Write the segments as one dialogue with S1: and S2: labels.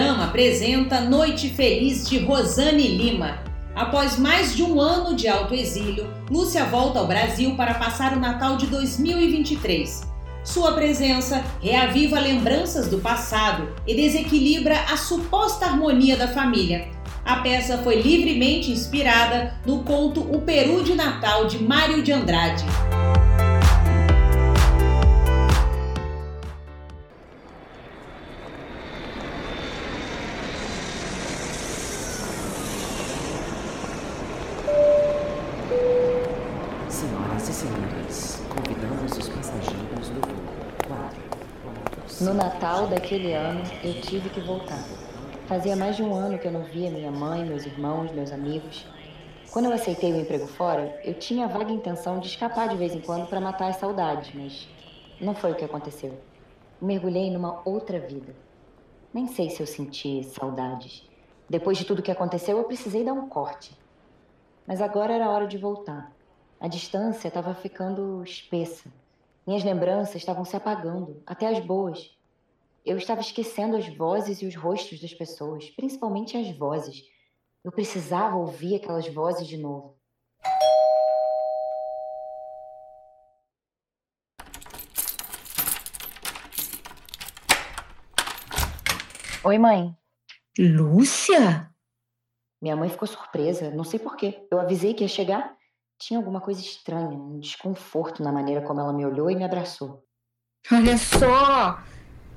S1: apresenta Noite Feliz de Rosane Lima. Após mais de um ano de autoexílio, Lúcia volta ao Brasil para passar o Natal de 2023. Sua presença reaviva lembranças do passado e desequilibra a suposta harmonia da família. A peça foi livremente inspirada no conto O Peru de Natal de Mário de Andrade.
S2: Senhoras e senhores, convidamos os passageiros do voo 4.
S3: No Natal daquele ano, eu tive que voltar. Fazia mais de um ano que eu não via minha mãe, meus irmãos, meus amigos. Quando eu aceitei o emprego fora, eu tinha a vaga intenção de escapar de vez em quando para matar as saudades, mas não foi o que aconteceu. Mergulhei numa outra vida. Nem sei se eu senti saudades. Depois de tudo que aconteceu, eu precisei dar um corte. Mas agora era hora de voltar. A distância estava ficando espessa. Minhas lembranças estavam se apagando, até as boas. Eu estava esquecendo as vozes e os rostos das pessoas, principalmente as vozes. Eu precisava ouvir aquelas vozes de novo. Oi, mãe.
S4: Lúcia?
S3: Minha mãe ficou surpresa, não sei por quê. Eu avisei que ia chegar. Tinha alguma coisa estranha, um desconforto na maneira como ela me olhou e me abraçou.
S4: Olha só!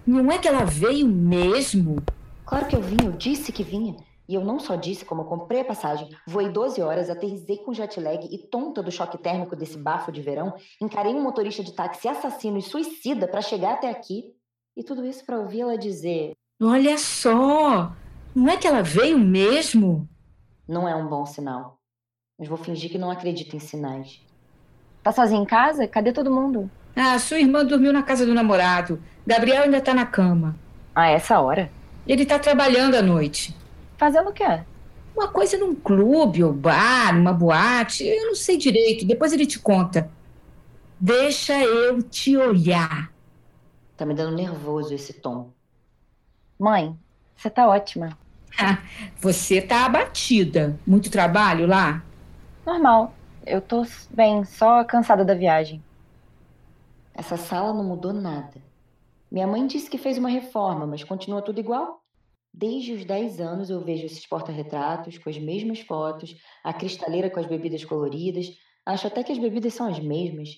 S4: Não é que ela veio mesmo?
S3: Claro que eu vim, eu disse que vinha. E eu não só disse como eu comprei a passagem, voei 12 horas, aterrisei com jet lag e tonta do choque térmico desse bafo de verão, encarei um motorista de táxi assassino e suicida para chegar até aqui. E tudo isso para ouvir ela dizer:
S4: Olha só! Não é que ela veio mesmo?
S3: não é um bom sinal. Mas vou fingir que não acredito em sinais. Tá sozinha em casa? Cadê todo mundo?
S4: Ah, sua irmã dormiu na casa do namorado. Gabriel ainda tá na cama.
S3: A Ah, essa hora?
S4: Ele tá trabalhando à noite.
S3: Fazendo o quê?
S4: Uma coisa num clube ou bar, uma boate, eu não sei direito. Depois ele te conta. Deixa eu te olhar.
S3: Tá me dando nervoso esse tom. Mãe, você tá ótima.
S4: Você tá abatida. Muito trabalho lá?
S3: Normal. Eu tô bem, só cansada da viagem. Essa sala não mudou nada. Minha mãe disse que fez uma reforma, mas continua tudo igual. Desde os 10 anos eu vejo esses porta-retratos com as mesmas fotos, a cristaleira com as bebidas coloridas. Acho até que as bebidas são as mesmas.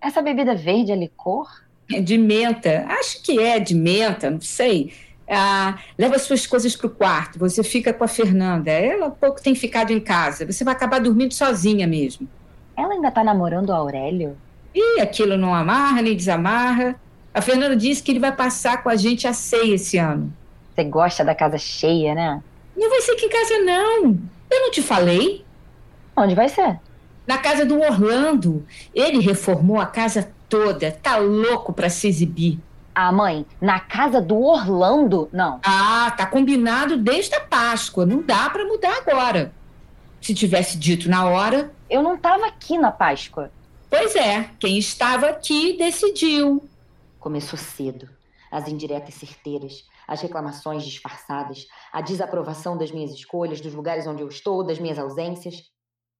S3: Essa bebida verde é licor?
S4: É De menta. Acho que é de menta, não sei. Ah, leva suas coisas pro quarto. Você fica com a Fernanda. Ela pouco tem ficado em casa. Você vai acabar dormindo sozinha mesmo.
S3: Ela ainda tá namorando o Aurélio?
S4: E aquilo não amarra nem desamarra. A Fernanda disse que ele vai passar com a gente a ceia esse ano.
S3: Você gosta da casa cheia, né?
S4: Não vai ser aqui em casa, não. Eu não te falei.
S3: Onde vai ser?
S4: Na casa do Orlando. Ele reformou a casa toda. Tá louco pra se exibir.
S3: Ah, mãe, na casa do Orlando? Não.
S4: Ah, tá combinado desde a Páscoa. Não dá pra mudar agora. Se tivesse dito na hora,
S3: Eu não tava aqui na Páscoa.
S4: pois é, quem estava aqui decidiu.
S3: Começou cedo. As indiretas certeiras, as reclamações disfarçadas, a desaprovação das minhas escolhas, dos lugares onde eu estou, das minhas ausências.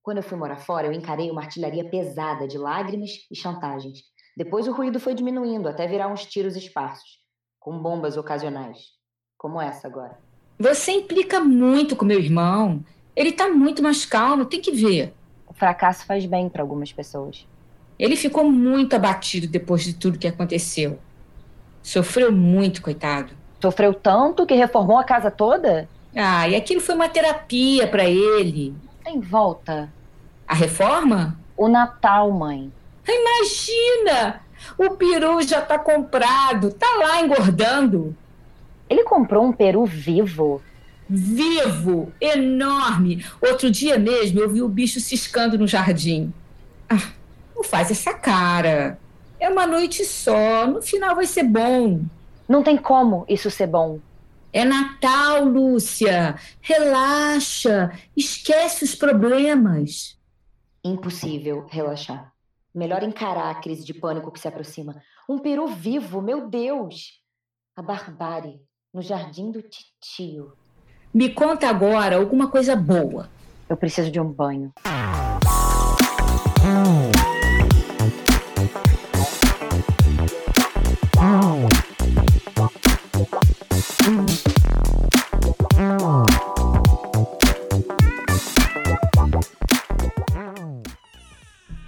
S3: Quando eu fui morar fora, eu encarei uma artilharia pesada de lágrimas e chantagens. Depois o ruído foi diminuindo até virar uns tiros esparsos, com bombas ocasionais, como essa agora.
S4: Você implica muito com meu irmão. Ele tá muito mais calmo, tem que ver.
S3: O fracasso faz bem para algumas pessoas.
S4: Ele ficou muito abatido depois de tudo que aconteceu. Sofreu muito, coitado.
S3: Sofreu tanto que reformou a casa toda?
S4: Ah, e aquilo foi uma terapia pra ele.
S3: Em volta.
S4: A reforma?
S3: O Natal, mãe.
S4: Imagina! O peru já tá comprado, tá lá engordando.
S3: Ele comprou um peru vivo.
S4: Vivo, enorme. Outro dia mesmo eu vi o bicho ciscando no jardim. Ah, não faz essa cara. É uma noite só, no final vai ser bom.
S3: Não tem como isso ser bom.
S4: É Natal, Lúcia. Relaxa, esquece os problemas.
S3: Impossível relaxar. Melhor encarar a crise de pânico que se aproxima. Um peru vivo, meu Deus! A barbárie, no jardim do titio.
S4: Me conta agora alguma coisa boa.
S3: Eu preciso de um banho.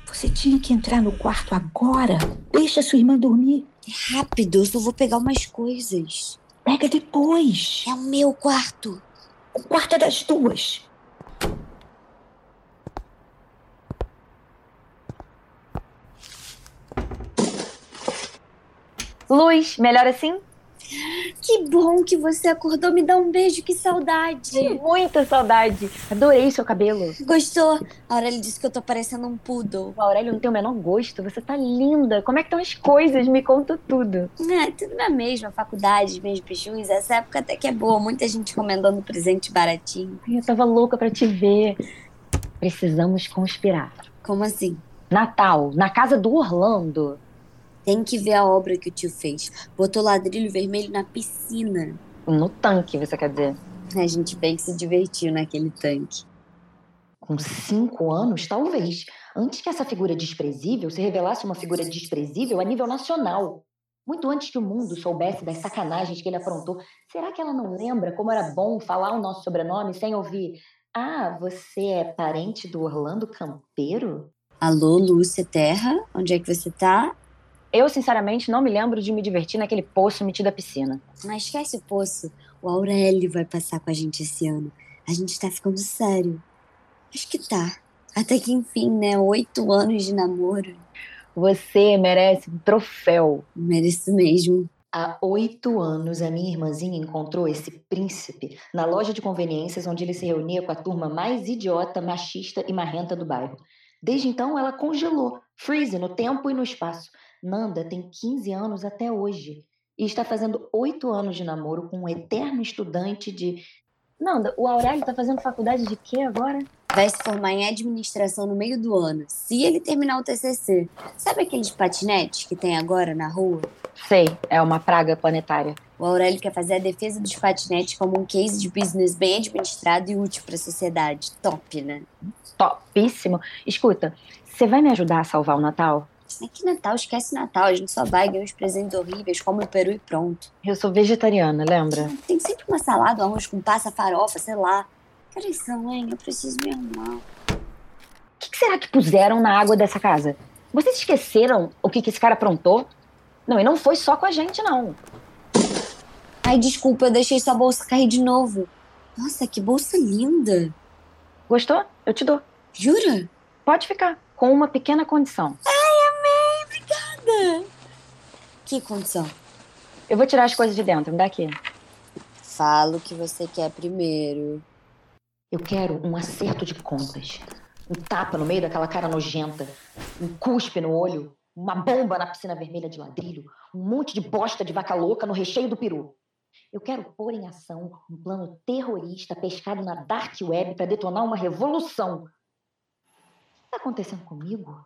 S4: Você tinha que entrar no quarto agora. Deixa sua irmã dormir.
S5: Rápido, eu só vou pegar umas coisas.
S4: Pega depois.
S5: É o meu quarto.
S4: O quarto é das duas.
S3: Luz, melhor assim?
S5: Que bom que você acordou. Me dá um beijo, que saudade.
S3: Muita saudade. Adorei seu cabelo.
S5: Gostou? A Aurélia disse que eu tô parecendo um poodle.
S3: O Aurélio não tem o menor gosto. Você tá linda. Como é que estão as coisas? Me conta tudo.
S5: É, tudo na mesma, faculdade, meus bijus. Essa época até que é boa. Muita gente encomendando presente baratinho.
S3: Ai, Eu tava louca pra te ver. Precisamos conspirar.
S5: Como assim?
S3: Natal, na casa do Orlando.
S5: Tem que ver a obra que o tio fez. Botou ladrilho vermelho na piscina.
S3: No tanque, você quer dizer.
S5: A gente bem que se divertiu naquele tanque.
S3: Com cinco anos, talvez. Antes que essa figura desprezível se revelasse uma figura desprezível a nível nacional. Muito antes que o mundo soubesse das sacanagens que ele aprontou. Será que ela não lembra como era bom falar o nosso sobrenome sem ouvir? Ah, você é parente do Orlando Campeiro?
S5: Alô, Lúcia Terra? Onde é que você tá?
S3: Eu, sinceramente, não me lembro de me divertir naquele poço metido à piscina.
S5: Mas esquece o poço. O Aurélio vai passar com a gente esse ano. A gente tá ficando sério. Acho que tá. Até que enfim, né? Oito anos de namoro.
S3: Você merece um troféu.
S5: Mereço mesmo.
S3: Há oito anos, a minha irmãzinha encontrou esse príncipe na loja de conveniências onde ele se reunia com a turma mais idiota, machista e marrenta do bairro. Desde então, ela congelou, freeze no tempo e no espaço. Nanda tem 15 anos até hoje e está fazendo oito anos de namoro com um eterno estudante de. Nanda, o Aurélio está fazendo faculdade de quê agora?
S5: Vai se formar em administração no meio do ano, se ele terminar o TCC. Sabe aqueles patinetes que tem agora na rua?
S3: Sei, é uma praga planetária.
S5: O Aurélio quer fazer a defesa dos patinetes como um case de business bem administrado e útil para a sociedade. Top, né?
S3: Topíssimo. Escuta, você vai me ajudar a salvar o Natal?
S5: É que Natal, esquece Natal. A gente só vai ganhar uns presentes horríveis, come o peru e pronto.
S3: Eu sou vegetariana, lembra?
S5: Tem sempre uma salada, um arroz com passa, farofa, sei lá. Que horas são, hein? Eu preciso me arrumar.
S3: O que, que será que puseram na água dessa casa? Vocês esqueceram o que, que esse cara aprontou? Não, e não foi só com a gente, não.
S5: Ai, desculpa, eu deixei sua bolsa cair de novo. Nossa, que bolsa linda.
S3: Gostou? Eu te dou.
S5: Jura?
S3: Pode ficar, com uma pequena condição.
S5: Que condição?
S3: Eu vou tirar as coisas de dentro, me dá aqui.
S5: Fala o que você quer primeiro.
S3: Eu quero um acerto de contas. Um tapa no meio daquela cara nojenta. Um cuspe no olho. Uma bomba na piscina vermelha de ladrilho. Um monte de bosta de vaca louca no recheio do peru. Eu quero pôr em ação um plano terrorista pescado na dark web para detonar uma revolução. O que está acontecendo comigo?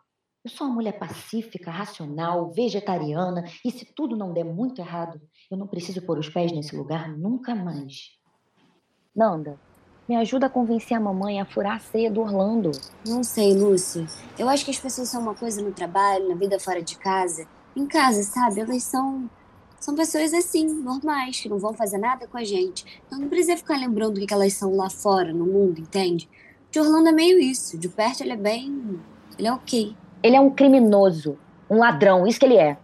S3: Eu sou uma mulher pacífica, racional, vegetariana e se tudo não der muito errado, eu não preciso pôr os pés nesse lugar nunca mais. Nanda, me ajuda a convencer a mamãe a furar a ceia do Orlando.
S5: Não sei, Lúcio. Eu acho que as pessoas são uma coisa no trabalho, na vida fora de casa. Em casa, sabe? Elas são. São pessoas assim, normais, que não vão fazer nada com a gente. Então não precisa ficar lembrando o que que elas são lá fora, no mundo, entende? De Orlando é meio isso. De perto ele é bem. Ele é ok.
S3: Ele é um criminoso, um ladrão, isso que ele é.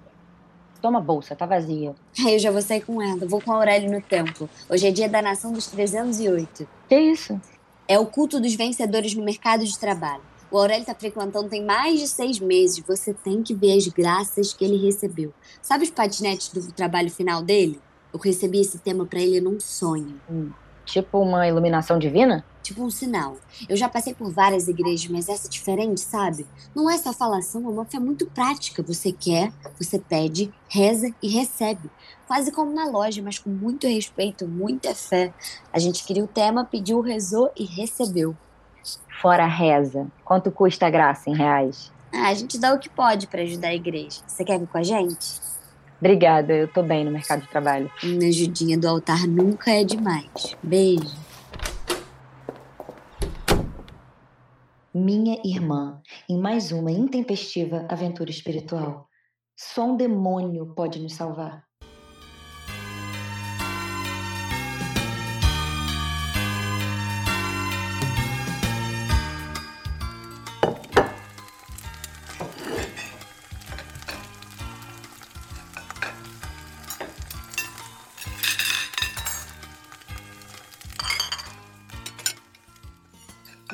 S3: Toma a bolsa, tá vazia.
S5: Aí eu já vou sair com ela, vou com a Aurélio no templo. Hoje é dia da nação dos 308.
S3: Que isso?
S5: É o culto dos vencedores no mercado de trabalho. O Aurélio tá frequentando tem mais de seis meses. Você tem que ver as graças que ele recebeu. Sabe os patinetes do trabalho final dele? Eu recebi esse tema pra ele num sonho.
S3: Tipo uma iluminação divina?
S5: Tipo um sinal. Eu já passei por várias igrejas, mas essa é diferente, sabe? Não é só falação, é uma fé muito prática. Você quer, você pede, reza e recebe. Quase como na loja, mas com muito respeito, muita fé. A gente queria o tema, pediu, rezou e recebeu.
S3: Fora a reza. Quanto custa a graça em reais?
S5: Ah, a gente dá o que pode pra ajudar a igreja. Você quer vir com a gente?
S3: Obrigada, eu tô bem no mercado de trabalho.
S5: Minha ajudinha do altar nunca é demais. Beijo.
S3: Minha irmã, em mais uma intempestiva aventura espiritual. Só um demônio pode nos salvar.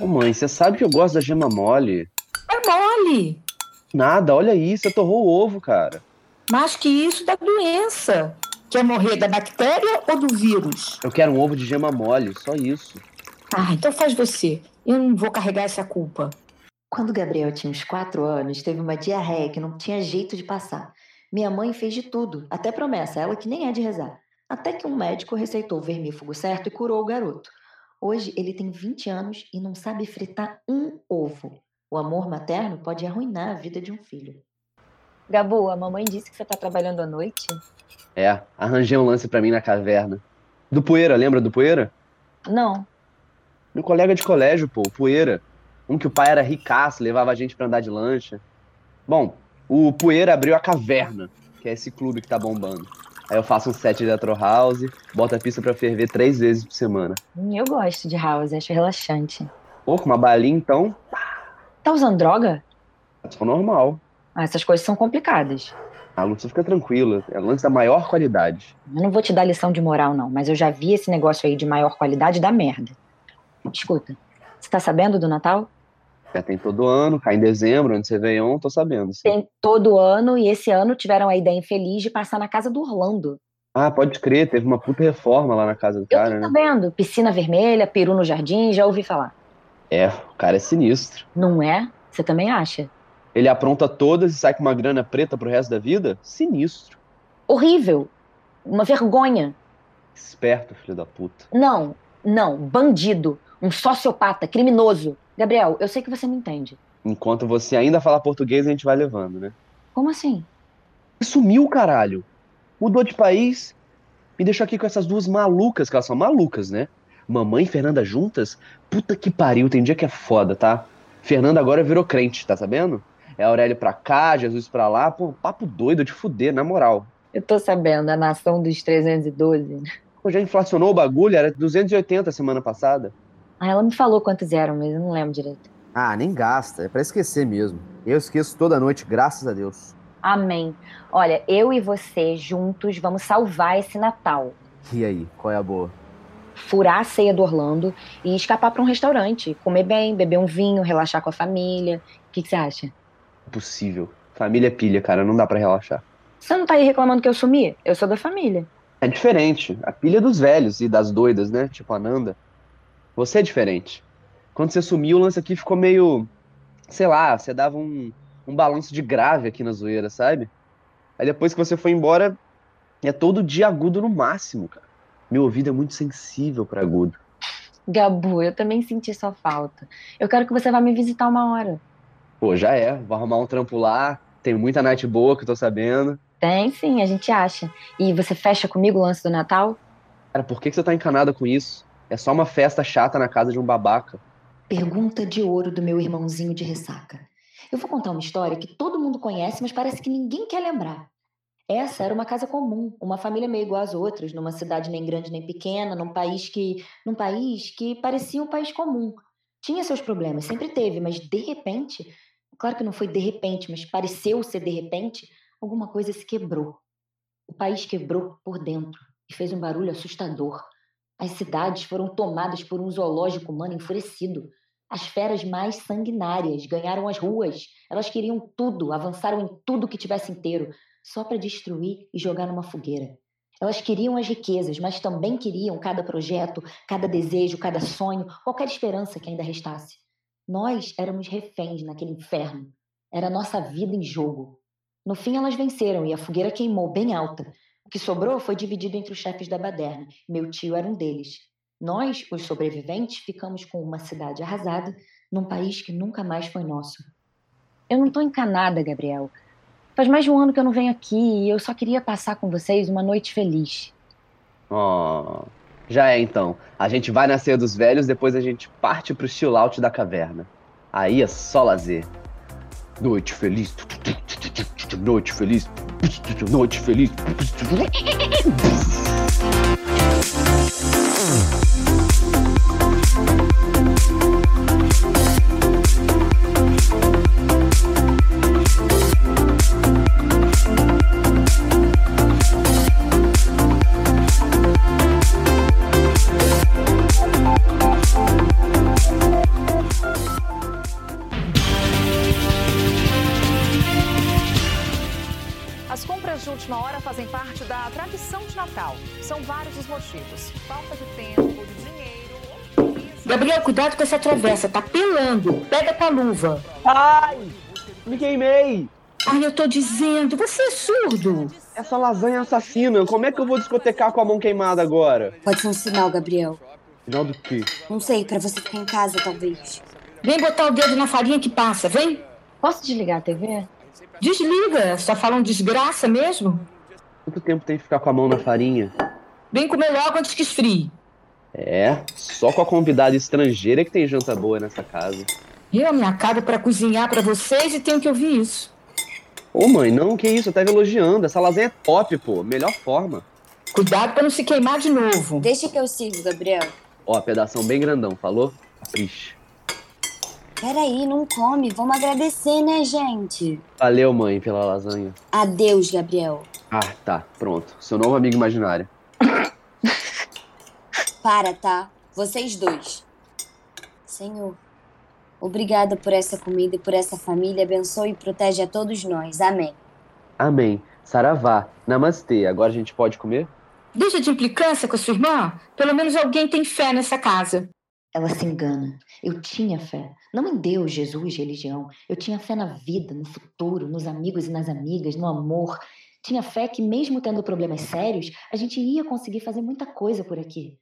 S2: Ô mãe, você sabe que eu gosto da gema mole.
S4: É mole.
S2: Nada, olha isso, você torrou o ovo, cara.
S4: Mais que isso, da doença. Quer morrer da bactéria ou do vírus?
S2: Eu quero um ovo de gema mole, só isso.
S4: Ah, então faz você. Eu não vou carregar essa culpa.
S3: Quando Gabriel tinha uns 4 anos, teve uma diarreia que não tinha jeito de passar. Minha mãe fez de tudo, até promessa, ela que nem é de rezar. Até que um médico receitou o vermífugo certo e curou o garoto. Hoje ele tem 20 anos e não sabe fritar um ovo. O amor materno pode arruinar a vida de um filho. Gabu, a mamãe disse que você tá trabalhando à noite?
S2: É, arranjei um lance pra mim na caverna. Do Poeira, lembra do Poeira?
S3: Não.
S2: Meu colega de colégio, pô, o Poeira. Um que o pai era ricaço, levava a gente pra andar de lancha. Bom, o Poeira abriu a caverna, que é esse clube que tá bombando. Aí eu faço um set de Electro House, boto a pista pra ferver três vezes por semana.
S3: Hum, Eu gosto de house, acho relaxante.
S2: Pô, com uma balinha então,
S3: Tá usando droga?
S2: só normal.
S3: Ah, essas coisas são complicadas.
S2: A Lúcia fica tranquila, é lance da maior qualidade.
S3: Eu não vou te dar lição de moral, não, mas eu já vi esse negócio aí de maior qualidade da merda. Escuta, você tá sabendo do Natal?
S2: Já tem todo ano, cai em dezembro, onde você vem on, tô sabendo. assim. sim.
S3: Tem todo ano e esse ano tiveram a ideia infeliz de passar na casa do Orlando.
S2: Ah, pode crer, teve uma puta reforma lá na casa do
S3: Eu
S2: cara,
S3: tô
S2: né?
S3: sabendo, piscina vermelha, peru no jardim, já ouvi falar.
S2: É, o cara é sinistro.
S3: Não é? Você também acha?
S2: Ele apronta todas e sai com uma grana preta pro resto da vida? Sinistro.
S3: Horrível. Uma vergonha.
S2: Esperto, filho da puta.
S3: Não, não, bandido, um sociopata, criminoso. Gabriel, eu sei que você me entende.
S2: Enquanto você ainda falar português, a gente vai levando, né?
S3: Como assim?
S2: E sumiu, caralho. Mudou de país. Me deixou aqui com essas duas malucas, que elas são malucas, né? Mamãe e Fernanda juntas? Puta que pariu, tem dia que é foda, tá? Fernanda agora virou crente, tá sabendo? É Aurélio pra cá, Jesus pra lá. Pô, papo doido de fuder, na moral.
S3: Eu tô sabendo, a nação dos 312.
S2: Pô, já inflacionou o bagulho, era 280 semana passada.
S3: Ah, ela me falou quantos eram, mas eu não lembro direito.
S6: Ah, nem gasta, é pra esquecer mesmo. Eu esqueço toda noite, graças a Deus.
S3: Amém. Olha, eu e você juntos vamos salvar esse Natal.
S6: E aí, qual é a boa?
S3: Furar a ceia do Orlando e escapar pra um restaurante, comer bem, beber um vinho, relaxar com a família. O que, que você acha?
S2: Impossível. Família é pilha, cara, não dá pra relaxar.
S3: Você não tá aí reclamando que eu sumi? Eu sou da família.
S2: É diferente. A pilha é dos velhos e das doidas, né? Tipo a Nanda. Você é diferente. Quando você sumiu, o lance aqui ficou meio. Sei lá, você dava um, um balanço de grave aqui na zoeira, sabe? Aí depois que você foi embora, é todo dia agudo no máximo, cara. Meu ouvido é muito sensível pra agudo.
S3: Gabu, eu também senti sua falta. Eu quero que você vá me visitar uma hora.
S2: Pô, já é. Vou arrumar um trampo lá. Tem muita night boa que eu tô sabendo.
S3: Tem sim, a gente acha. E você fecha comigo o lance do Natal?
S2: Cara, por que, que você tá encanada com isso? É só uma festa chata na casa de um babaca.
S3: Pergunta de ouro do meu irmãozinho de ressaca. Eu vou contar uma história que todo mundo conhece, mas parece que ninguém quer lembrar. Essa era uma casa comum, uma família meio igual às outras, numa cidade nem grande nem pequena, num país que, num país que parecia um país comum. Tinha seus problemas, sempre teve, mas de repente, claro que não foi de repente, mas pareceu ser de repente, alguma coisa se quebrou. O país quebrou por dentro e fez um barulho assustador. As cidades foram tomadas por um zoológico humano enfurecido. As feras mais sanguinárias ganharam as ruas. Elas queriam tudo, avançaram em tudo que tivesse inteiro, só para destruir e jogar numa fogueira. Elas queriam as riquezas, mas também queriam cada projeto, cada desejo, cada sonho, qualquer esperança que ainda restasse. Nós éramos reféns naquele inferno. Era a nossa vida em jogo. No fim, elas venceram e a fogueira queimou bem alta. O que sobrou foi dividido entre os chefes da baderna. Meu tio era um deles. Nós, os sobreviventes, ficamos com uma cidade arrasada num país que nunca mais foi nosso. Eu não tô encanada, Gabriel. Faz mais de um ano que eu não venho aqui e eu só queria passar com vocês uma noite feliz.
S2: Ó, já é então. A gente vai na ceia dos velhos, depois a gente parte pro chill out da caverna. Aí é só lazer. Noite feliz. Noite feliz. Noite feliz.
S7: As compras de última hora fazem parte da tradição de Natal. São vários os motivos: falta de tempo, de dinheiro. ou preguiça.
S4: Gabriel, cuidado com essa travessa, tá pelando. Pega com a luva.
S2: Ai! Me queimei!
S4: Ai, eu tô dizendo, você é surdo.
S2: Essa lasanha assassina, como é que eu vou discotecar com a mão queimada agora?
S5: Pode ser um sinal, Gabriel.
S2: Final do quê?
S5: Não sei, pra você ficar em casa, talvez.
S4: Vem botar o dedo na farinha que passa, vem.
S3: Posso desligar a TV?
S4: Desliga, só falam desgraça mesmo.
S2: Quanto tempo tem que ficar com a mão na farinha?
S4: Vem comer logo antes que esfrie.
S2: É, só com a convidada estrangeira que tem janta boa nessa casa.
S4: Eu, a minha cara pra cozinhar pra vocês e tenho que ouvir isso.
S2: Ô mãe, não, que isso, eu tava elogiando. Essa lasanha é top, pô. Melhor forma.
S4: Cuidado pra não se queimar de novo.
S5: Deixa que eu sigo, Gabriel.
S2: Ó, pedação bem grandão, falou? Ixi.
S5: Peraí, não come. Vamos agradecer, né, gente?
S2: Valeu, mãe, pela lasanha.
S5: Adeus, Gabriel.
S2: Ah, tá, pronto. Seu novo amigo imaginário.
S5: Para, tá? Vocês dois. Senhor, obrigada por essa comida e por essa família. Abençoe e protege a todos nós. Amém.
S2: Amém. Saravá. Namastê. Agora a gente pode comer?
S4: Deixa de implicância com a sua irmã. Pelo menos alguém tem fé nessa casa.
S3: Ela se engana. Eu tinha fé. Não em Deus, Jesus, religião. Eu tinha fé na vida, no futuro, nos amigos e nas amigas, no amor. Tinha fé que, mesmo tendo problemas sérios, a gente ia conseguir fazer muita coisa por aqui.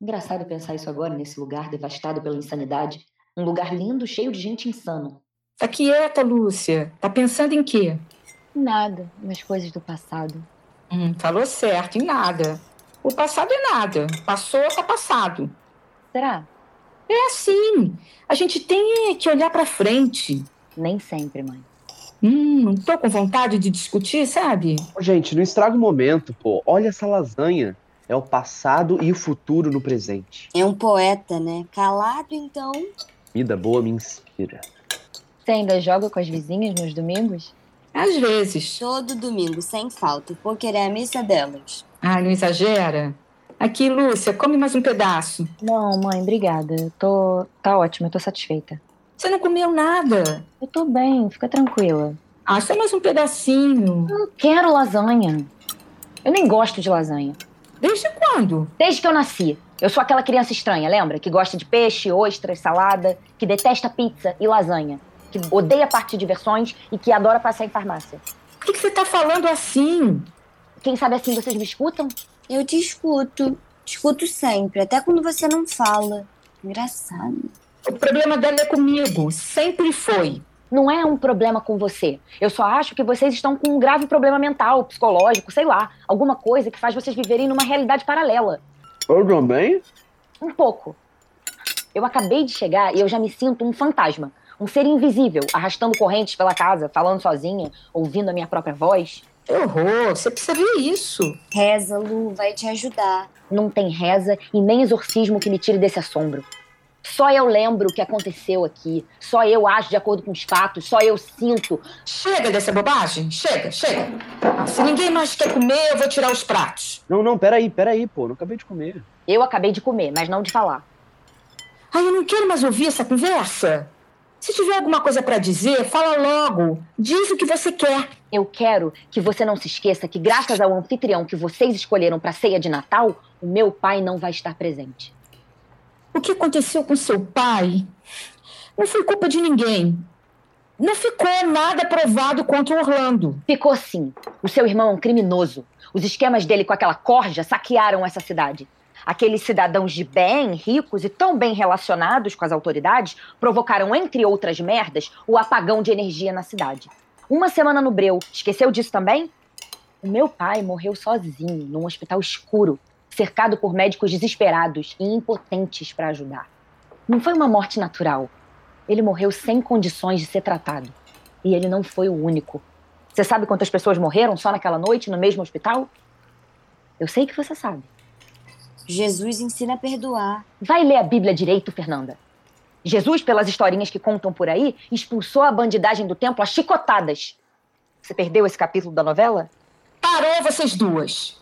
S3: Engraçado pensar isso agora, nesse lugar devastado pela insanidade. Um lugar lindo, cheio de gente insana.
S4: Tá quieta, Lúcia. Tá pensando em quê?
S3: Nada, nas coisas do passado.
S4: Hum, falou certo, em nada. O passado é nada. Passou, tá passado.
S3: Será?
S4: É assim. A gente tem é que olhar pra frente.
S3: Nem sempre, mãe.
S4: Hum, não tô com vontade de discutir, sabe?
S2: Ô, gente, não estraga o momento, pô. Olha essa lasanha. É o passado e o futuro no presente.
S5: É um poeta, né? Calado, então.
S2: Comida boa me inspira.
S3: Você ainda joga com as vizinhas nos domingos?
S4: Às vezes.
S5: Todo domingo, sem falta. Vou querer a missa delas.
S4: Ai, Ah, não exagera. Aqui, Lúcia, come mais um pedaço.
S3: Não, mãe, obrigada. Eu Tô... Tá ótima, eu tô satisfeita.
S4: Você não comeu nada.
S3: Eu tô bem, fica tranquila.
S4: Ah, só mais um pedacinho.
S3: Eu não quero lasanha. Eu nem gosto de lasanha.
S4: Desde quando?
S3: Desde que eu nasci. Eu sou aquela criança estranha, lembra? Que gosta de peixe, ostras, salada, que detesta pizza e lasanha, que odeia parte de diversões e que adora passear em farmácia.
S4: Por que, que você tá falando assim?
S3: Quem sabe assim vocês me escutam?
S5: Eu te escuto. Te escuto sempre, até quando você não fala. Engraçado.
S4: O problema dela é comigo. Sempre foi.
S3: Não é um problema com você. Eu só acho que vocês estão com um grave problema mental, psicológico, sei lá, alguma coisa que faz vocês viverem numa realidade paralela.
S2: Eu também?
S3: Um pouco. Eu acabei de chegar e eu já me sinto um fantasma, um ser invisível, arrastando correntes pela casa, falando sozinha, ouvindo a minha própria voz.
S4: Que horror. Você precisa ver isso.
S5: Reza, Lu, vai te ajudar.
S3: Não tem reza e nem exorcismo que me tire desse assombro. Só eu lembro o que aconteceu aqui. Só eu acho de acordo com os fatos. Só eu sinto.
S4: Chega dessa bobagem. Chega, chega. Ah, se ninguém mais quer comer, eu vou tirar os pratos.
S2: Não, não, peraí, peraí, pô. Não acabei de comer.
S3: Eu acabei de comer, mas não de falar.
S4: Ai, eu não quero mais ouvir essa conversa. Se tiver alguma coisa pra dizer, fala logo. Diz o que você quer.
S3: Eu quero que você não se esqueça que, graças ao anfitrião que vocês escolheram para ceia de Natal, o meu pai não vai estar presente.
S4: O que aconteceu com seu pai não foi culpa de ninguém. Não ficou nada provado contra o Orlando.
S3: Ficou sim. O seu irmão é um criminoso. Os esquemas dele com aquela corja saquearam essa cidade. Aqueles cidadãos de bem, ricos e tão bem relacionados com as autoridades provocaram, entre outras merdas, o apagão de energia na cidade. uma semana no breu. Esqueceu disso também? O meu pai morreu sozinho, num hospital escuro, cercado por médicos desesperados e impotentes para ajudar. Não foi uma morte natural. Ele morreu sem condições de ser tratado. E ele não foi o único. Você sabe quantas pessoas morreram só naquela noite no mesmo hospital? Eu sei que você sabe.
S5: Jesus ensina a perdoar.
S3: Vai ler a Bíblia direito, Fernanda. Jesus, pelas historinhas que contam por aí, expulsou a bandidagem do templo a chicotadas. Você perdeu esse capítulo da novela?
S4: Parou vocês duas.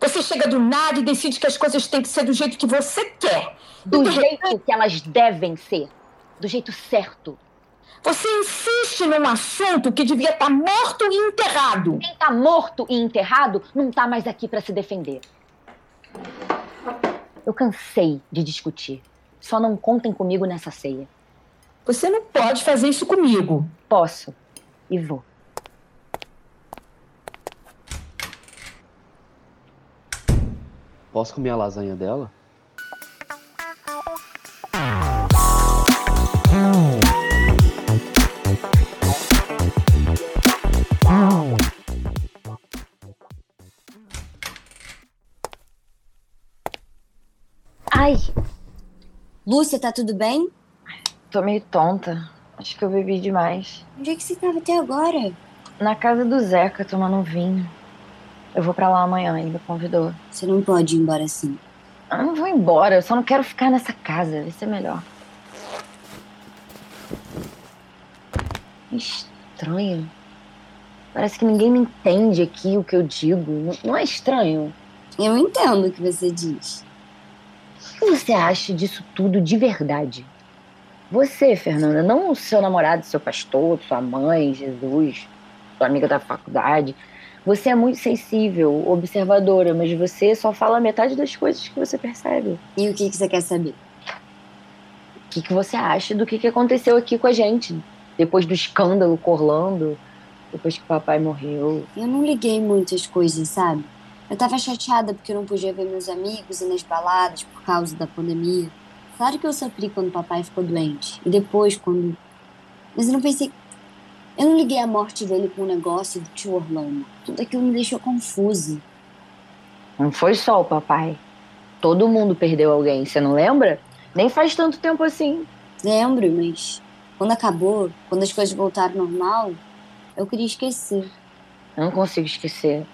S4: Você chega do nada e decide que as coisas têm que ser do jeito que você quer.
S3: Do
S4: E de
S3: jeito que elas devem ser. Do jeito certo.
S4: Você insiste num assunto que devia estar morto e enterrado.
S3: Quem tá morto e enterrado não tá mais aqui para se defender. Eu cansei de discutir. Só não contem comigo nessa ceia.
S4: Você não pode fazer isso comigo.
S3: Posso e vou.
S2: Posso comer a lasanha dela?
S3: Ai,
S5: Lúcia, tá tudo bem?
S3: tô meio tonta. Acho que eu bebi demais.
S5: Onde é que você tava até agora?
S3: Na casa do Zeca, tomando um vinho. Eu vou pra lá amanhã, ele me convidou.
S5: Você não pode ir embora assim.
S3: Eu não vou embora, eu só não quero ficar nessa casa, vai ser melhor. Estranho. Parece que ninguém me entende aqui o que eu digo. Não- Não é estranho?
S5: Eu entendo o que você diz.
S3: O que você acha disso tudo de verdade? Você, Fernanda, não o seu namorado, seu pastor, sua mãe, Jesus, sua amiga da faculdade. Você é muito sensível, observadora, mas você só fala metade das coisas que você percebe.
S5: E o que, que você quer saber?
S3: O que, que você acha do que, que aconteceu aqui com a gente? Depois do escândalo com Orlando, depois que o papai morreu.
S5: Eu não liguei muito as coisas, sabe? Eu tava chateada porque eu não podia ver meus amigos e nas baladas por causa da pandemia. Claro que eu sofri quando papai ficou doente. E depois, quando. Mas eu não pensei. Eu não liguei a morte dele com o negócio do tio Orlando. Tudo aquilo me deixou confusa.
S3: Não foi só o papai. Todo mundo perdeu alguém, você não lembra? Nem faz tanto tempo assim.
S5: Lembro, mas quando acabou, quando as coisas voltaram ao normal, eu queria esquecer.
S3: Eu não consigo esquecer.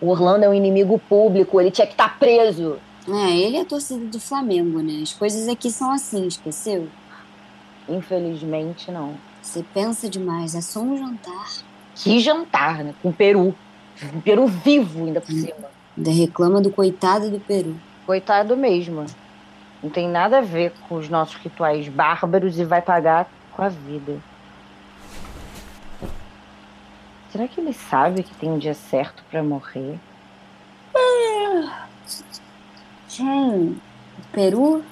S3: O Orlando é um inimigo público, ele tinha que estar preso.
S5: É, ele é a torcida do Flamengo, né? As coisas aqui são assim, esqueceu?
S3: Infelizmente, não.
S5: Você pensa demais, é só um jantar.
S3: Que jantar, né? Com peru. Um peru vivo ainda por cima.
S5: Ainda reclama do coitado do Peru.
S3: Coitado mesmo. Não tem nada a ver com os nossos rituais bárbaros e vai pagar com a vida. Será que ele sabe que tem um dia certo pra morrer?
S5: Quem? O Peru?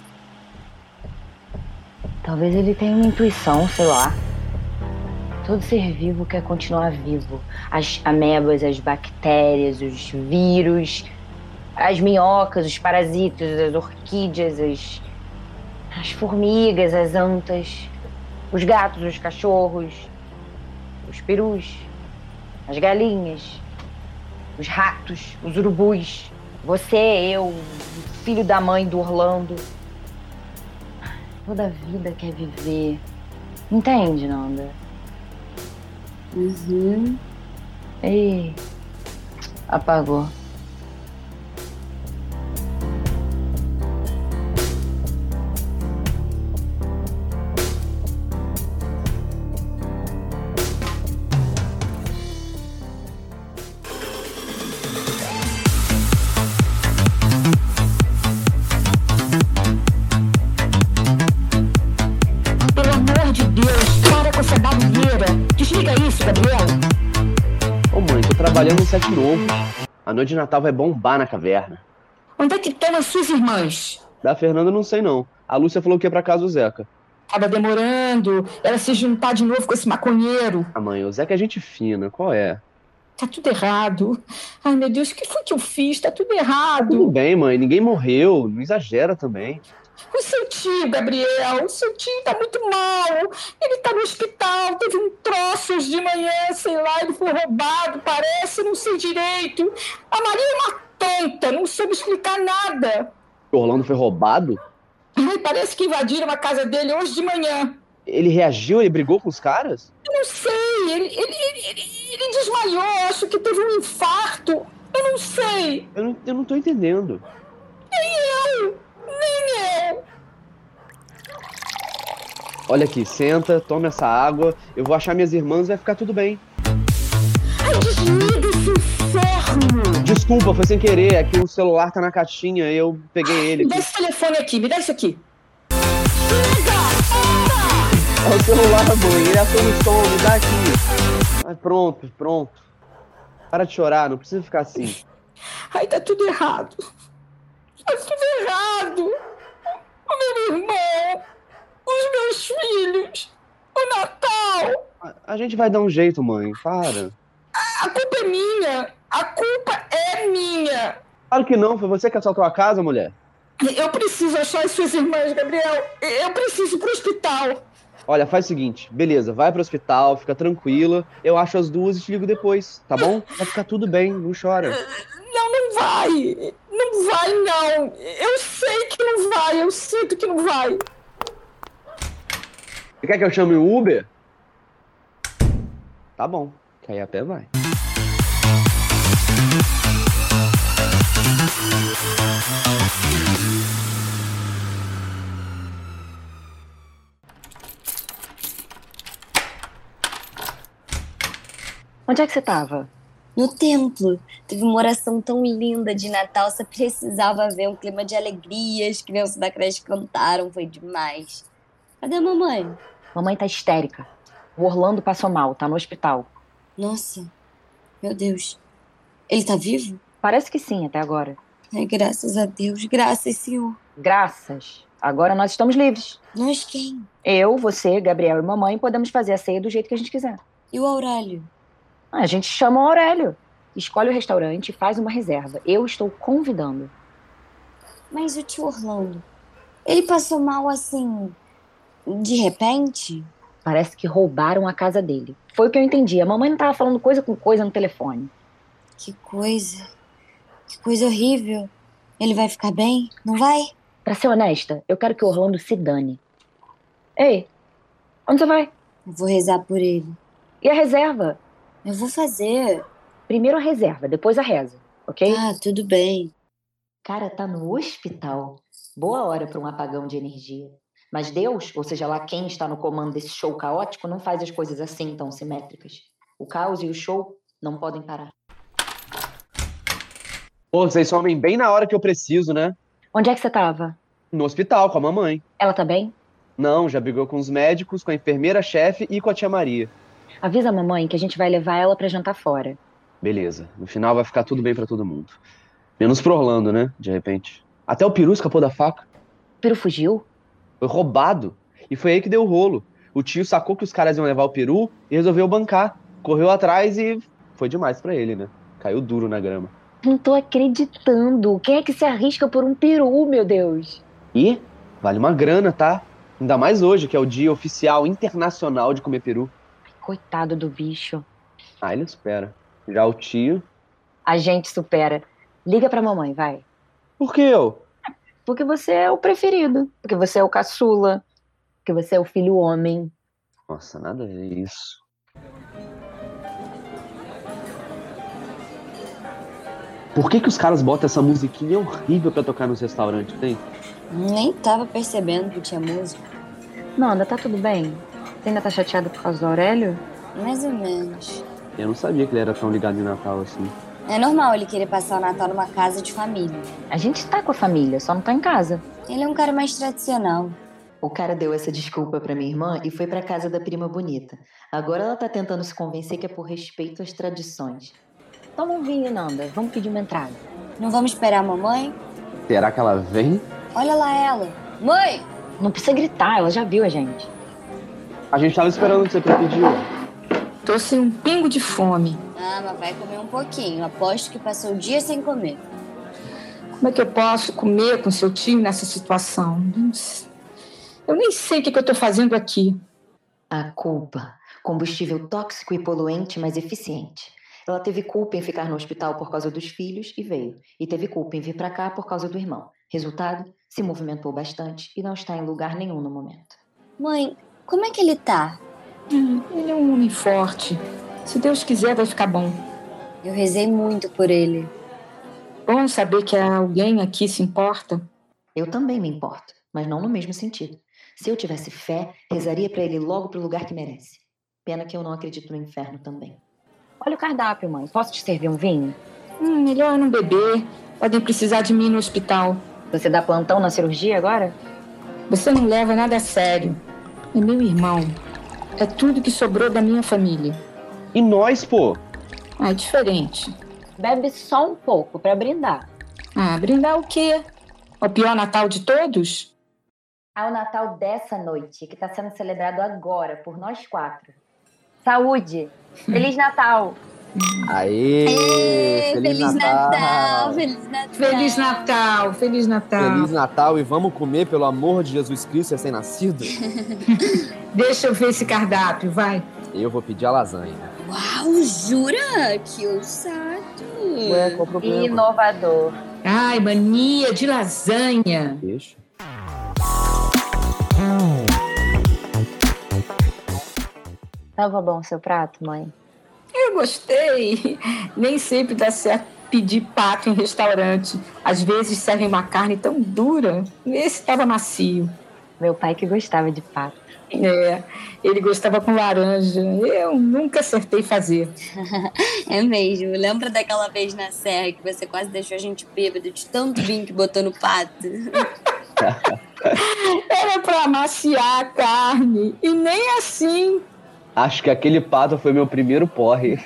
S3: Talvez ele tenha uma intuição, sei lá. Todo ser vivo quer continuar vivo. As amebas, as bactérias, os vírus, as minhocas, os parasitas, as orquídeas, as, as formigas, as antas, os gatos, os cachorros, os perus, as galinhas, os ratos, os urubus. Você, eu, o filho da mãe do Orlando. Toda vida quer viver. Entende, Nanda?
S5: Uhum.
S3: Ei, apagou.
S4: Pelo amor de Deus, para com essa barulheira. Desliga isso, Gabriela.
S2: Ô mãe, tô trabalhando no set novo. A noite de Natal vai bombar na caverna.
S4: Onde é que estão as suas irmãs?
S2: Da Fernanda eu não sei não. A Lúcia falou que ia pra casa do Zeca.
S4: Tava demorando, ela se juntar de novo com esse maconheiro.
S2: Ah mãe, o Zeca é gente fina, qual é?
S4: Tá tudo errado. Ai, meu Deus, o que foi que eu fiz? Tá tudo
S2: Tudo
S4: errado.
S2: bem mãe, ninguém morreu, não exagera também.
S4: O seu tio, Gabriel, o seu tio tá muito mal. Ele tá no hospital, teve um troço. passos de manhã, sei lá, ele foi roubado, parece, não sei direito. A Maria é uma tonta, não soube explicar nada.
S2: O Orlando foi roubado?
S4: Ai, parece que invadiram a casa dele hoje de manhã.
S2: Ele reagiu, ele brigou com os caras?
S4: Eu não sei, ele, ele, ele, ele- ele desmaiou, acho que teve um infarto. Eu não sei,
S2: Eu não, eu não tô entendendo.
S4: nem eu.
S2: Olha aqui, senta, toma essa água, eu vou achar minhas irmãs e vai ficar tudo bem.
S4: Ai, desliga esse inferno.
S2: Desculpa, foi sem querer, é que o celular tá na caixinha e eu peguei ele.
S4: Me dá esse telefone aqui, me dá isso aqui.
S2: É o celular, mãe, ele é a solução, me dá aqui. Ah, pronto, pronto. Para de chorar, não precisa ficar assim.
S4: Ai, tá tudo errado. Tá tudo errado. O meu irmão, os meus filhos, o Natal.
S2: A, a gente vai dar um jeito, mãe, para.
S4: A culpa é minha. A culpa é minha.
S2: Claro que não, foi você que assaltou a casa, mulher.
S4: Eu preciso achar as suas irmãs, Gabriel. Eu preciso ir pro hospital.
S2: Olha, faz o seguinte, beleza, vai pro hospital, fica tranquila, eu acho as duas e te ligo depois, tá bom? Vai ficar tudo bem, não chora.
S4: Não, não vai. Não vai, não. Eu sei que não vai. Eu sinto que não vai.
S2: Você quer que eu chame o Uber? Tá bom, que aí até vai.
S3: Onde é que você tava?
S5: No templo, teve uma oração tão linda de Natal, você precisava ver um clima de alegria, as crianças da creche cantaram, foi demais. Cadê a mamãe?
S3: Mamãe tá histérica. O Orlando passou mal, tá no hospital.
S5: Nossa, meu Deus. Ele tá vivo?
S3: Parece que sim, até agora.
S5: Ai, graças a Deus, graças, Senhor.
S3: Graças. Agora nós estamos livres.
S5: Nós quem?
S3: Eu, você, Gabriel e mamãe podemos fazer a ceia do jeito que a gente quiser.
S5: E o Aurélio?
S3: Ah, A gente chama o Aurélio. Escolhe o restaurante e faz uma reserva. Eu estou convidando.
S5: Mas o tio Orlando? Ele passou mal assim, de repente?
S3: Parece que roubaram a casa dele. Foi o que eu entendi. A mamãe não tava falando coisa com coisa no telefone.
S5: Que coisa. Que coisa horrível. Ele vai ficar bem? Não vai?
S3: Pra ser honesta, eu quero que o Orlando se dane. Ei, onde você vai?
S5: Eu vou rezar por ele.
S3: E a reserva?
S5: Eu vou fazer.
S3: Primeiro a reserva, depois a reza, ok?
S5: Ah, tudo bem.
S3: Cara, tá no hospital. Boa hora pra um apagão de energia. Mas Deus, ou seja lá quem está no comando desse show caótico, não faz as coisas assim tão simétricas. O caos e o show não podem parar.
S2: Pô, vocês somem bem na hora que eu preciso, né?
S3: Onde é que você tava?
S2: No hospital, com a mamãe.
S3: Ela tá bem?
S2: Não, já brigou com os médicos, com a enfermeira-chefe e com a tia Maria.
S3: Avisa a mamãe que a gente vai levar ela pra jantar fora.
S2: Beleza, no final vai ficar tudo bem pra todo mundo. Menos pro Orlando, né? De repente. Até o peru escapou da faca.
S3: O Peru fugiu?
S2: Foi roubado. E foi aí que deu o rolo. O tio sacou que os caras iam levar o peru e resolveu bancar. Correu atrás e foi demais pra ele, né? Caiu duro na grama.
S3: Não tô acreditando. Quem é que se arrisca por um peru, meu Deus?
S2: E vale uma grana, tá? Ainda mais hoje, que é o dia oficial internacional de comer peru.
S3: Coitado do bicho.
S2: Ah, ele espera. Já o tio.
S3: A gente supera. Liga pra mamãe, vai.
S2: Por que eu?
S3: Porque você é o preferido. Porque você é o caçula. Porque você é o filho homem.
S2: Nossa, nada a ver isso. Por que, que os caras botam essa musiquinha horrível pra tocar nos restaurantes, tem?
S5: Nem tava percebendo que tinha música.
S3: Nanda, tá tudo bem? Você ainda tá chateada por causa do Aurélio?
S5: Mais ou menos.
S2: Eu não sabia que ele era tão ligado em Natal assim.
S5: É normal ele querer passar o Natal numa casa de família.
S3: A gente tá com a família, só não tá em casa.
S5: Ele é um cara mais tradicional.
S8: O cara deu essa desculpa pra minha irmã e foi pra casa da prima bonita. Agora ela tá tentando se convencer que é por respeito às tradições.
S3: Toma um vinho, Nanda. Vamos pedir uma entrada.
S5: Não vamos esperar a mamãe?
S2: Será que ela vem?
S5: Olha lá ela. Mãe!
S3: Não precisa gritar, ela já viu a gente.
S2: A gente tava esperando você pra pedir.
S4: Tô sem um pingo de fome.
S5: Ah, mas vai comer um pouquinho. Aposto que passou o dia sem comer.
S4: Como é que eu posso comer com seu tio nessa situação? Eu nem sei o que, que eu tô fazendo aqui.
S3: A culpa. Combustível tóxico e poluente, mas eficiente. Ela teve culpa em ficar no hospital por causa dos filhos e veio. E teve culpa em vir para cá por causa do irmão. Resultado, se movimentou bastante e não está em lugar nenhum no momento.
S5: Mãe, como é que ele tá?
S4: Hum, ele é um homem forte. Se Deus quiser, vai ficar bom.
S5: Eu rezei muito por ele.
S4: Bom saber que alguém aqui se importa.
S3: Eu também me importo, mas não no mesmo sentido. Se eu tivesse fé, rezaria para ele logo pro lugar que merece. Pena que eu não acredito no inferno também.
S9: Olha o cardápio, mãe. Posso te servir um vinho?
S4: Hum, melhor eu não beber. Podem precisar de mim no hospital.
S9: Você dá plantão na cirurgia agora?
S4: Você não leva nada a sério. É meu irmão. É tudo que sobrou da minha família.
S2: E nós, pô?
S4: Ah, é diferente.
S9: Bebe só um pouco para brindar.
S4: Ah, brindar o quê? O pior Natal de todos?
S3: Ao Natal dessa noite, que está sendo celebrado agora por nós quatro. Saúde! Feliz Natal!
S10: Aê!
S5: Ei,
S10: Feliz, Natal.
S5: Feliz Natal!
S9: É.
S4: Feliz Natal, Feliz Natal.
S10: Feliz Natal e vamos comer, pelo amor de Jesus Cristo, recém-nascido.
S4: Deixa eu ver esse cardápio, vai.
S10: Eu vou pedir a lasanha.
S5: Uau, jura? Que ousado!
S10: Ué, qual o problema?
S3: Inovador.
S4: Ai, mania de lasanha.
S10: Deixa.
S3: Tava bom o seu prato, mãe?
S4: Eu gostei. Nem sempre dá certo pedir pato em restaurante. Às vezes servem uma carne tão dura. Esse estava macio.
S3: Meu pai que gostava de pato.
S4: É, ele gostava com laranja. Eu nunca acertei fazer.
S5: É mesmo. Lembra daquela vez na serra que você quase deixou a gente bêbado de tanto vinho que botou no pato?
S4: Era para amaciar a carne. E nem assim.
S2: Acho que aquele pato foi meu primeiro porre.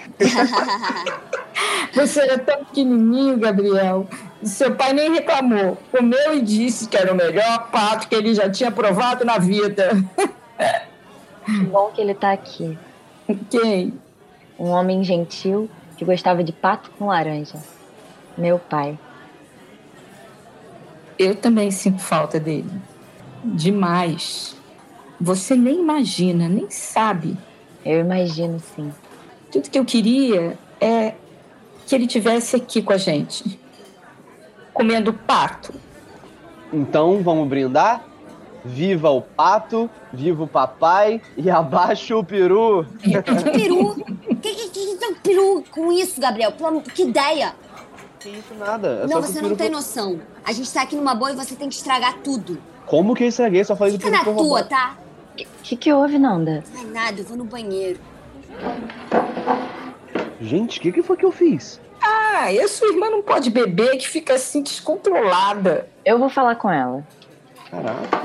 S4: Você era tão pequenininho, Gabriel. Seu pai nem reclamou. Comeu e disse que era o melhor pato que ele já tinha provado na vida.
S3: Que bom que ele tá aqui.
S4: Quem?
S3: Um homem gentil que gostava de pato com laranja. Meu pai.
S4: Eu também sinto falta dele. Demais. Você nem imagina, nem sabe.
S3: Eu imagino sim.
S4: Tudo que eu queria é que ele tivesse aqui com a gente, comendo pato.
S2: Então vamos brindar? Viva o pato, viva o papai e abaixo o peru.
S5: peru? Que que, que que tem um peru com isso, Gabriel? Pelo amor- Que ideia!
S2: Que isso, nada. É só
S5: não,
S2: que o
S5: você
S2: peru
S5: não tem
S2: foi-
S5: noção. A gente tá aqui numa boa e você tem que estragar tudo.
S2: Como que eu estraguei? Só falei do
S5: Fica
S2: peru
S5: na
S2: que eu roubei.
S5: tua, tá?
S3: O que, que houve, Nanda?
S5: Ai, nada, eu vou no banheiro.
S2: Gente, o que, que foi que eu fiz?
S4: Ah, e a sua irmã não pode beber, que fica assim descontrolada.
S3: Eu vou falar com ela.
S2: Caraca.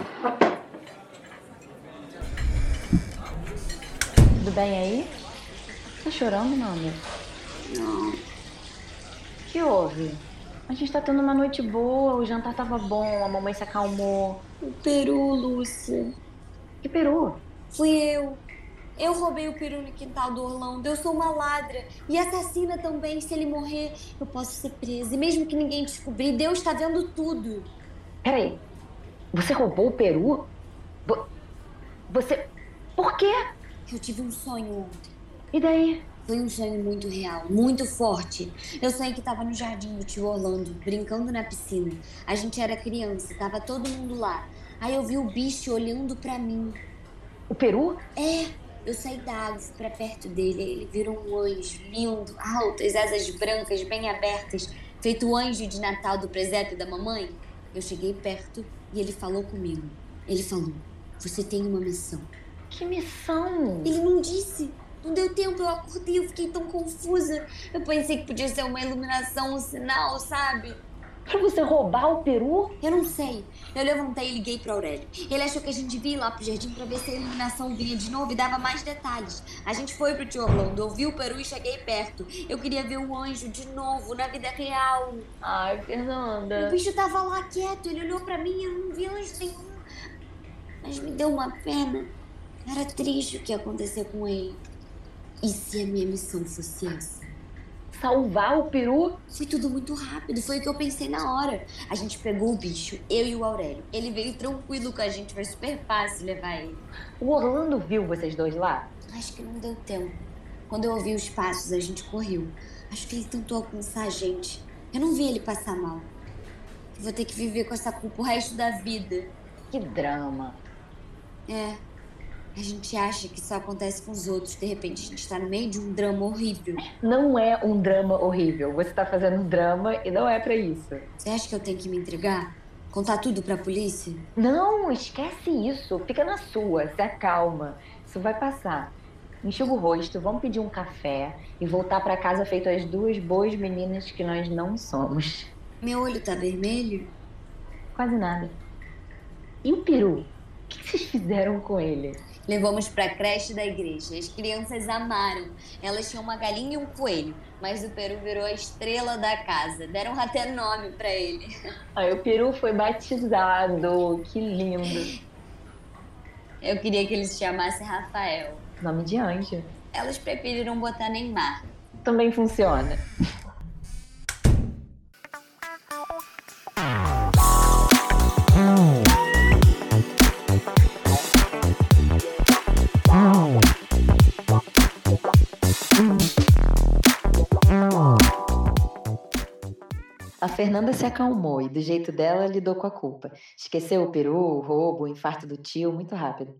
S3: Tudo bem aí? Tá chorando, Nanda?
S5: Não.
S3: O que houve? A gente tá tendo uma noite boa, o jantar tava bom, a mamãe se acalmou.
S5: O peru, Lúcia.
S3: Que peru?
S5: Fui eu. Eu roubei o peru no quintal do Orlando. Eu sou uma ladra. E assassina também. Se ele morrer, eu posso ser presa. E mesmo que ninguém descobrir, Deus tá vendo tudo.
S3: Peraí. Você roubou o peru? Vo- Você. Por quê?
S5: Eu tive um sonho ontem.
S3: E daí?
S5: Foi um sonho muito real, muito forte. Eu sonhei que tava no jardim do tio Orlando, brincando na piscina. A gente era criança, tava todo mundo lá. Aí eu vi o bicho olhando pra mim.
S3: O peru?
S5: É, eu saí da água, fui pra perto dele. Ele virou um anjo lindo, alto, as asas brancas bem abertas, feito o anjo de Natal do presépio da mamãe. Eu cheguei perto e ele falou comigo. Ele falou: Você tem uma missão.
S3: Que missão!
S5: Ele não disse. Não deu tempo, eu acordei, eu fiquei tão confusa. Eu pensei que podia ser uma iluminação, um sinal, sabe?
S3: Pra você roubar o peru?
S5: Eu não sei. Eu levantei e liguei pro Aurélio. Ele achou que a gente vinha lá pro jardim pra ver se a iluminação vinha de novo e dava mais detalhes. A gente foi pro tio Orlando, ouvi o peru e cheguei perto. Eu queria ver o anjo de novo, na vida real.
S3: Ai,
S5: O
S3: Fernanda.
S5: bicho tava lá quieto, ele olhou pra mim e eu não vi anjo nenhum. Mas me deu uma pena. Era triste o que aconteceu com ele. E se a minha missão fosse essa?
S3: salvar o peru?
S5: Foi tudo muito rápido, foi o que eu pensei na hora. A gente pegou o bicho, eu e o Aurélio. Ele veio tranquilo com a gente, foi super fácil levar ele.
S3: O Orlando viu vocês dois lá?
S5: Acho que não deu tempo. Quando eu ouvi os passos, a gente correu. Acho que ele tentou alcançar a gente. Eu não vi ele passar mal. Eu vou ter que viver com essa culpa o resto da vida.
S3: Que drama.
S5: É. A gente acha que isso acontece com os outros. De repente, a gente tá no meio de um drama horrível.
S3: Não é um drama horrível. Você tá fazendo um drama e não é pra isso.
S5: Você acha que eu tenho que me entregar? Contar tudo pra polícia?
S3: Não, esquece isso. Fica na sua, se acalma. Isso vai passar. Enxuga o rosto, vamos pedir um café e voltar pra casa feito as duas boas meninas que nós não somos.
S5: Meu olho tá vermelho?
S3: Quase nada. E o peru? O que que vocês fizeram com ele?
S5: Levamos pra creche da igreja. As crianças amaram. Elas tinham uma galinha e um coelho, mas o peru virou a estrela da casa. Deram até nome pra ele.
S3: Aí o peru foi batizado. Que lindo.
S5: Eu queria que ele se chamasse Rafael.
S3: Nome de anjo.
S5: Elas preferiram botar Neymar.
S3: Também funciona. A Fernanda se acalmou e, do jeito dela, lidou com a culpa. Esqueceu o peru, o roubo, o infarto do tio muito rápido.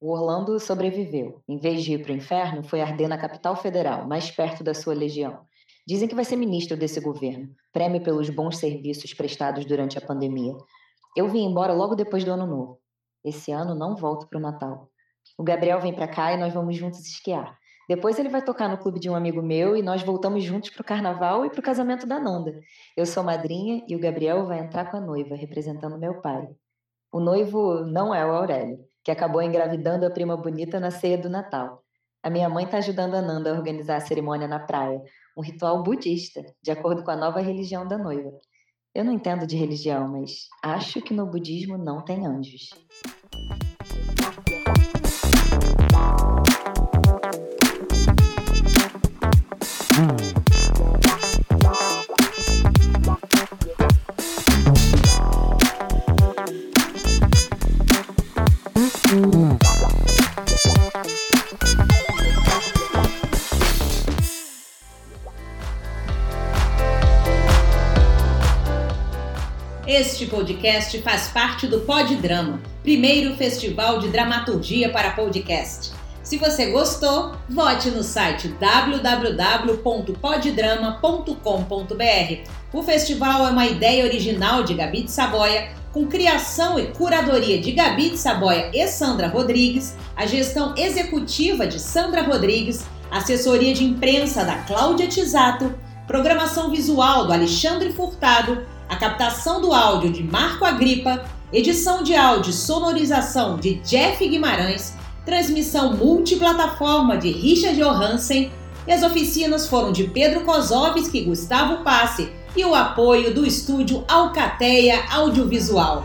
S3: O Orlando sobreviveu. Em vez de ir para o inferno, foi arder na capital federal, mais perto da sua legião. Dizem que vai ser ministro desse governo, prêmio pelos bons serviços prestados durante a pandemia. Eu vim embora logo depois do ano novo. Esse ano não volto para o Natal. O Gabriel vem para cá e nós vamos juntos esquiar. Depois ele vai tocar no clube de um amigo meu e nós voltamos juntos para o carnaval e para o casamento da Nanda. Eu sou madrinha e o Gabriel vai entrar com a noiva, representando meu pai. O noivo não é o Aurélio que acabou engravidando a prima bonita na ceia do Natal. A minha mãe está ajudando a Nanda a organizar a cerimônia na praia, um ritual budista, de acordo com a nova religião da noiva. Eu não entendo de religião, mas acho que no budismo não tem anjos.
S1: Este podcast faz parte do Pod Drama, primeiro festival de dramaturgia para podcast. Se você gostou, vote no site www.poddrama.com.br. O festival é uma ideia original de Gabi de Saboia, com criação e curadoria de Gabi de Saboia e Sandra Rodrigues, a gestão executiva de Sandra Rodrigues, assessoria de imprensa da Cláudia Tisato, programação visual do Alexandre Furtado, a captação do áudio de Marco Agripa, edição de áudio e sonorização de Jeff Guimarães, transmissão multiplataforma de Richard Johansen e as oficinas foram de Pedro Kozovski e Gustavo Passe e o apoio do estúdio Alcateia Audiovisual.